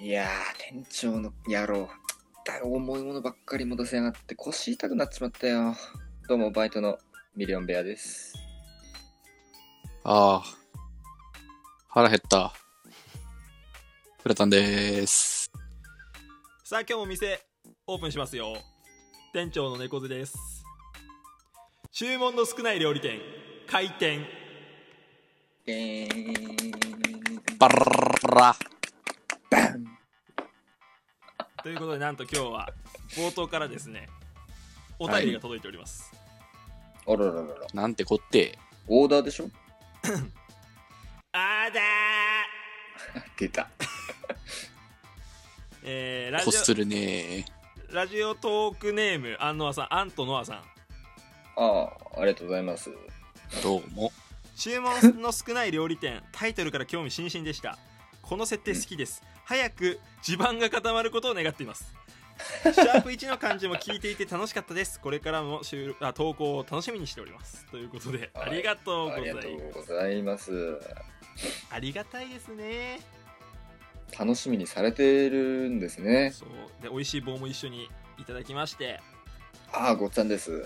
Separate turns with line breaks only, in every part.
いやー、店長の野郎。だ重いものばっかり戻せやがって腰痛くなっちまったよ。どうも、バイトのミリオンベアです。
ああ。腹減った。フラタンでーす。
さあ今日も店オープンしますよ店長の猫背です注文の少ない料理店開店
でーん。
バラ
ということでなんと今日は冒頭からですねお便りが届いております、
あらららら。
なんてこって。
オーダーでしょ
あーだー
出た。
えー、ラジ
こするね
オラジオトークネームアンノアさんアントノアさん
ああ、ありがとうございます。
ー。どうも。
注文の少ない料理店タイトルから興味津々でしたこの設定好きです早く地盤が固まることを願っていますシャープ1の感じも聞いていて楽しかったですこれからも収録あ投稿を楽しみにしておりますということで
はい
ありがとうご
あ
ざい
り
ま
が
す
とうございます。
ありがたいですね
楽しみにされてるんですね。
そうで美味しい棒も一緒にいただきまして
ああ、ごっちゃんです。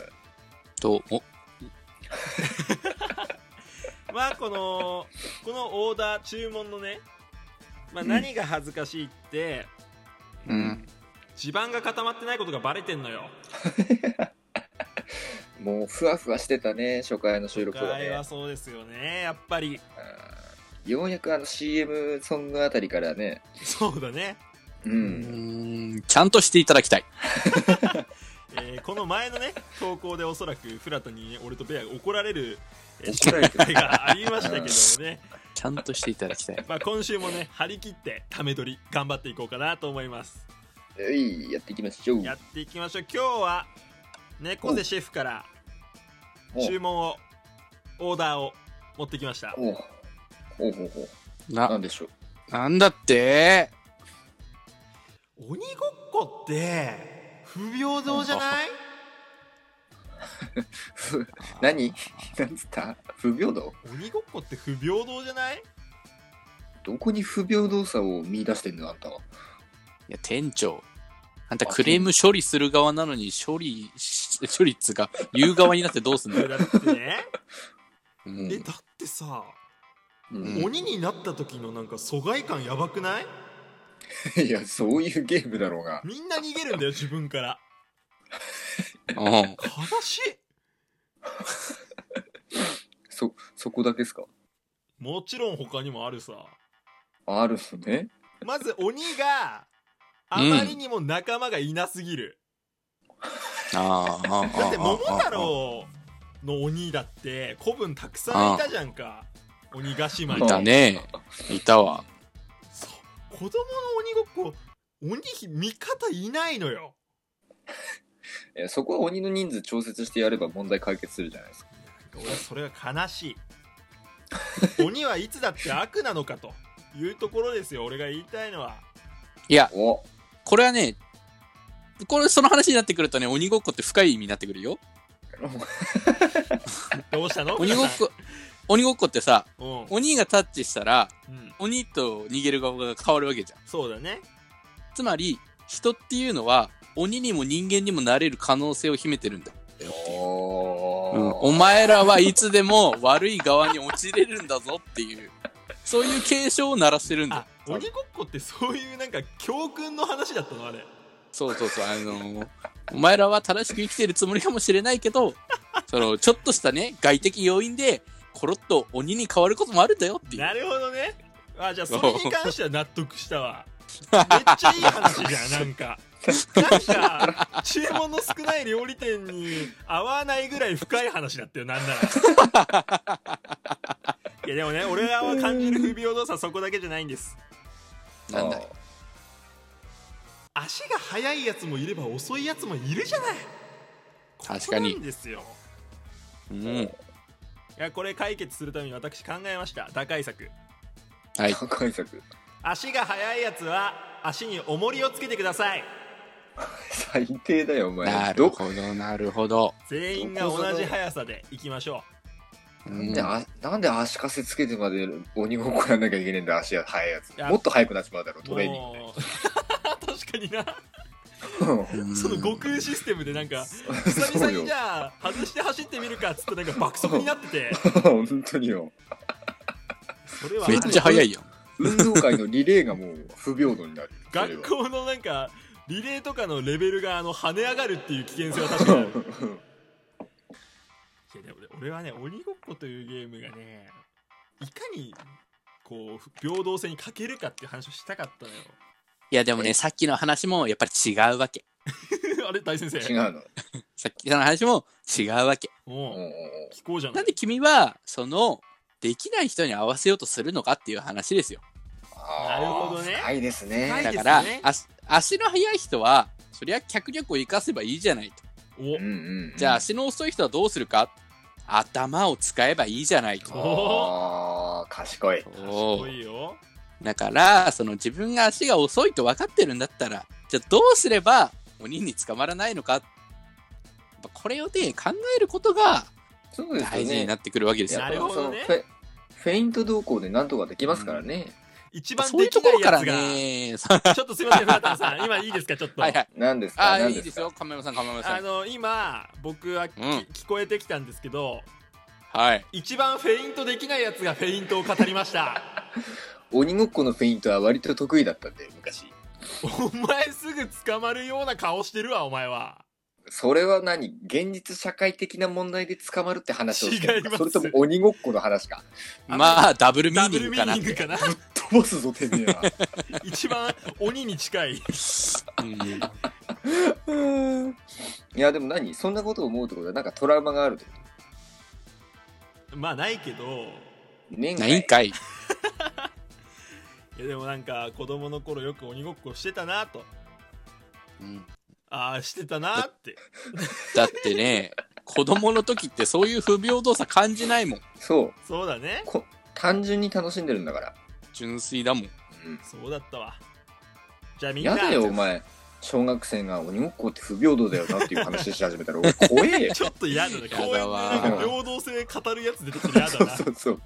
どうも。
まあこのこのオーダー注文のね、まあ、
うん
何が恥ずかしいって、
うん。
地盤が固まってないことがバレてんのよ
もう、ふわふわしてたね、初回の収録
今
は
回
ね
は。そうですよねやっぱり
うんようやくあの CM ソングあたりからね、
そうだね、
う、
うんーん。ちゃんとしていただきたい。
えーこの前のね投稿でおそらくフラタに、ね、俺とベアが怒られるえー
怒られてる
機会がありましたけども ね、
ちゃんとしていただきたい。
まあ、今週もね張り切ってため取り頑張っていこうかなと思います
えいやっていきましょう。
やっていきましょう今日は猫背シェフから
お
注文をオーダーを持ってきました
おうほうほうほう。な
な、
んでしょう。
なんだって
鬼ごっこって不平等じゃない
ふ何 なんつった不平等
鬼ごっこって不平等じゃない
どこに不平等さを見出してんのあんたは。
いや、店長。あんたクレーム処理する側なのに、処理し、処理っつうか、言う側になってどうすんの
だってね
うん
えだってさ
うん
鬼になった時のなんか疎外感やばくない
いや、そういうゲームだろうが。
みんな逃げるんだよ自分から
うん。
悲しい
そ、そこだけですか
もちろん他にもあるさ
あるのね。
まず鬼があまりにも仲間がいなすぎる、
あーあー。
だって
あー
桃太。郎の鬼だって古文たくさんいたじゃんか鬼ヶ島
あー
に
いたね。いたわ。
そう子供の鬼ごっこ鬼ひ味方いないのよ
えそこは鬼の人数調節してやれば問題解決するじゃないですか。
俺はそれが悲しい鬼はいつだって悪なのかというところですよ俺が言いたいのは、
いや、
お
これはね、これ、その話になってくるとね、鬼ごっこって深い意味になってくるよ。
どうしたの
鬼ごっこ、鬼ごっこってさ、
こ
鬼がタッチしたら、
うん、うん、
鬼と逃げる側が変わるわけじゃん。
そうだね
つまり、人っていうのは、鬼にも人間にもなれる可能性を秘めてるんだ。
お
うん、
ー
お前らはいつでも悪い側に陥れるんだぞっていう、そういう警鐘を鳴らしてるんだ
あ。鬼ごっこってそういうなんか教訓の話だったのあれ
そうそうそう、あのーお前らは正しく生きてるつもりかもしれないけど、その、ちょっとしたね、外的要因で、コロッと鬼に変わることもあるんだよっていう。
なるほどねあじゃあそれに関しては納得したわめっちゃいい話じゃんなんかなんか注文の少ない料理店に合わないぐらい深い話だったよなんなら いやでもね俺らは感じる不平等さはそこだけじゃないんです
なんだよ
足が速いやつもいれば遅いやつもいるじゃない
確かに
ここなんですよ
うん。
いやこれ解決するために私考えました打開策
はい。
破壊策。
足が速いやつは足に重りをつけてください
最低だよ、お前。
なるほど、なるほど。
全員が同じ速さで行きましょう
なんであ、なんで足かせつけてまで鬼ごっこやんなきゃいけねえんだ、足が速いやつ。もっと速くなっちまうだろ、トレーニングで
もう 確かにな。
うん
うん
その悟空システムでなんか久々にじゃあ外して走ってみるかっつってなんか爆速になってて
本当によ。
それは
めっちゃ速いやん。
運動会のリレーがもう不平等になる。それ
学
は
校のなんかリレーとかのレベルがあの跳ね上がるっていう危険性は 確かにあるいやでもね俺はね鬼ごっこというゲームがねいかにこう平等性に欠けるかっていう話をしたかったのよ
いや、でもね、さっきの話もやっぱり違うわけ。
あれ大先生
違うの。
さっきの話も違うわけ。
うんうん
も
うん
う聞こうじゃな
ないんで君は、その、できない人に合わせようとするのかっていう話ですよ。
あー
なるほどね
深いです
深
ね。
い
だから、
ですね
足足の速い人は、そりゃ脚力を生かせばいいじゃないと。
お
うんうんうん
じゃあ、足の遅い人はどうするか頭を使えばいいじゃないと。
あー賢い。
賢いよ
だから、その自分が足が遅いと分かってるんだったら、じゃあどうすれば鬼に捕まらないのか。やっぱこれをね、考えることが
そうです
大
よ
事に
ね。
なってくるわけですよ。
なるほどね
そのフェフェイント動向でなんとかできますからね。
一番
そういう
で
と
き
こ
な
ろ
い
か
や
ら
つが
ね。
ちょっとすいません古田さん今いいですかちょっと
はいはい。
何です
あ
か
あー、い
何
いで
です
す
か
よ。亀山さん、亀山さ
あ
ん。
の今僕はき、
うん
聞こえてきたんですけど
はい。
一番フェイントできないやつがフェイントを語りました
鬼ごっこのフェイントは割と得意だったんで、昔。
お前すぐ捕まるような顔してるわお前は
それは何現実社会的な問題で捕まるって話をしてるの
違
か
います
それとも鬼ごっこの話か。
あの
まあ、ダブルミ
ダ
ー
ブ
ニン
ル
グ
ミ
かな
ー
っ
ニン
て。
グかな
飛ばすぞ、てめえは。
一番鬼に近い
うん
うんいや、でも何そんなことを思うってことは、なんかトラウマがあるってこ
まあないけど
とねえんか
ないいんかい。
いやでもなんか子供の頃よく鬼ごっこしてたなと
うん
ああしてたなって
だってね、子供の時ってそういう不平等さ感じないもん。
そう。
そうだね
こ単純に楽しんでるんだから。
純粋だもん。
うん
そうだったわじゃあみんな
やだよ、お前。小学生が鬼ごっこって不平等だよなっていう話し始めたら、俺怖えよ。
ちょっと嫌だな
やだ
公園でなん
わ
か平等性語るやつ出てきて嫌だな
そうそう。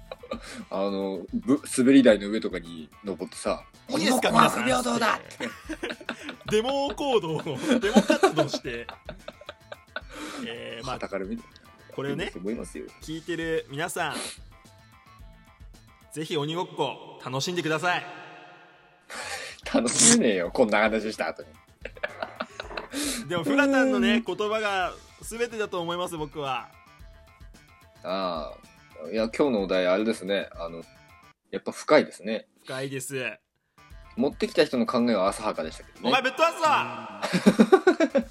あの、ぶ滑り台の上とかに登ってさ、
い い
鬼
で
ご
す
っ
か
こ
皆
は
さ
不
ん
平等だ
デモ行動をデモ活動して、えーま
ま
あ、
たから見て。
これをね
いいと思いますよ。
聞いてる皆さんぜひ鬼ごっこ楽しんでください
楽しめねえよ、こんな話した後に。
でもフラタンのね言葉が全てだと思います僕は
ああ。いや、今日のお題、あれですね。あの、やっぱ深いですね。
深いです
持ってきた人の考えは浅はかでしたけどね。
お前ぶっ飛ばすわということ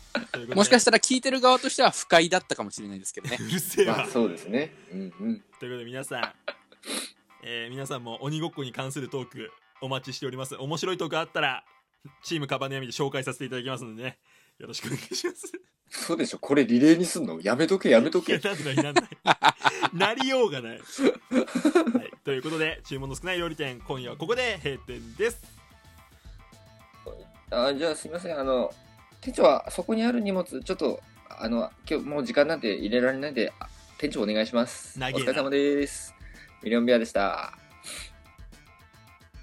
で
もしかしたら聞いてる側としては不快だったかもしれないですけどね。
うるせえ
ま
わ
あ、そうですね。うんうん。
ということで皆さん、えー皆さんも鬼ごっこに関するトークお待ちしております面白いトークあったらチームカバネヤミで紹介させていただきますのでねよろしくお願いします
そうでしょこれリレーにすんのやめとけやめと
いや
け。
なんないなんないなりようがない、はい、ということで注文の少ない料理店今夜はここで閉店です
あじゃあすいません。あの、店長はそこにある荷物、ちょっと、あの、今日もう時間なんて入れられないんで、あ店長お願いします。お
長えな
疲れ様です。ミリオンベアでした。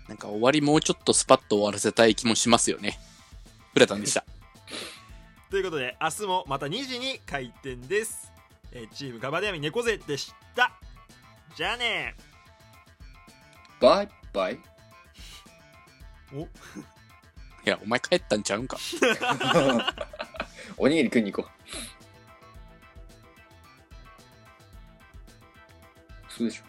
なんか終わりもうちょっとスパッと終わらせたい気もしますよね。フラタンでした。
ということで明日もまた2時に開店です、えーチームカバネヤミ猫背でしたじゃあね
バイバ イ。
お
いや、お前帰ったんちゃうんか。
おにぎり食いに行こう。そうでしょ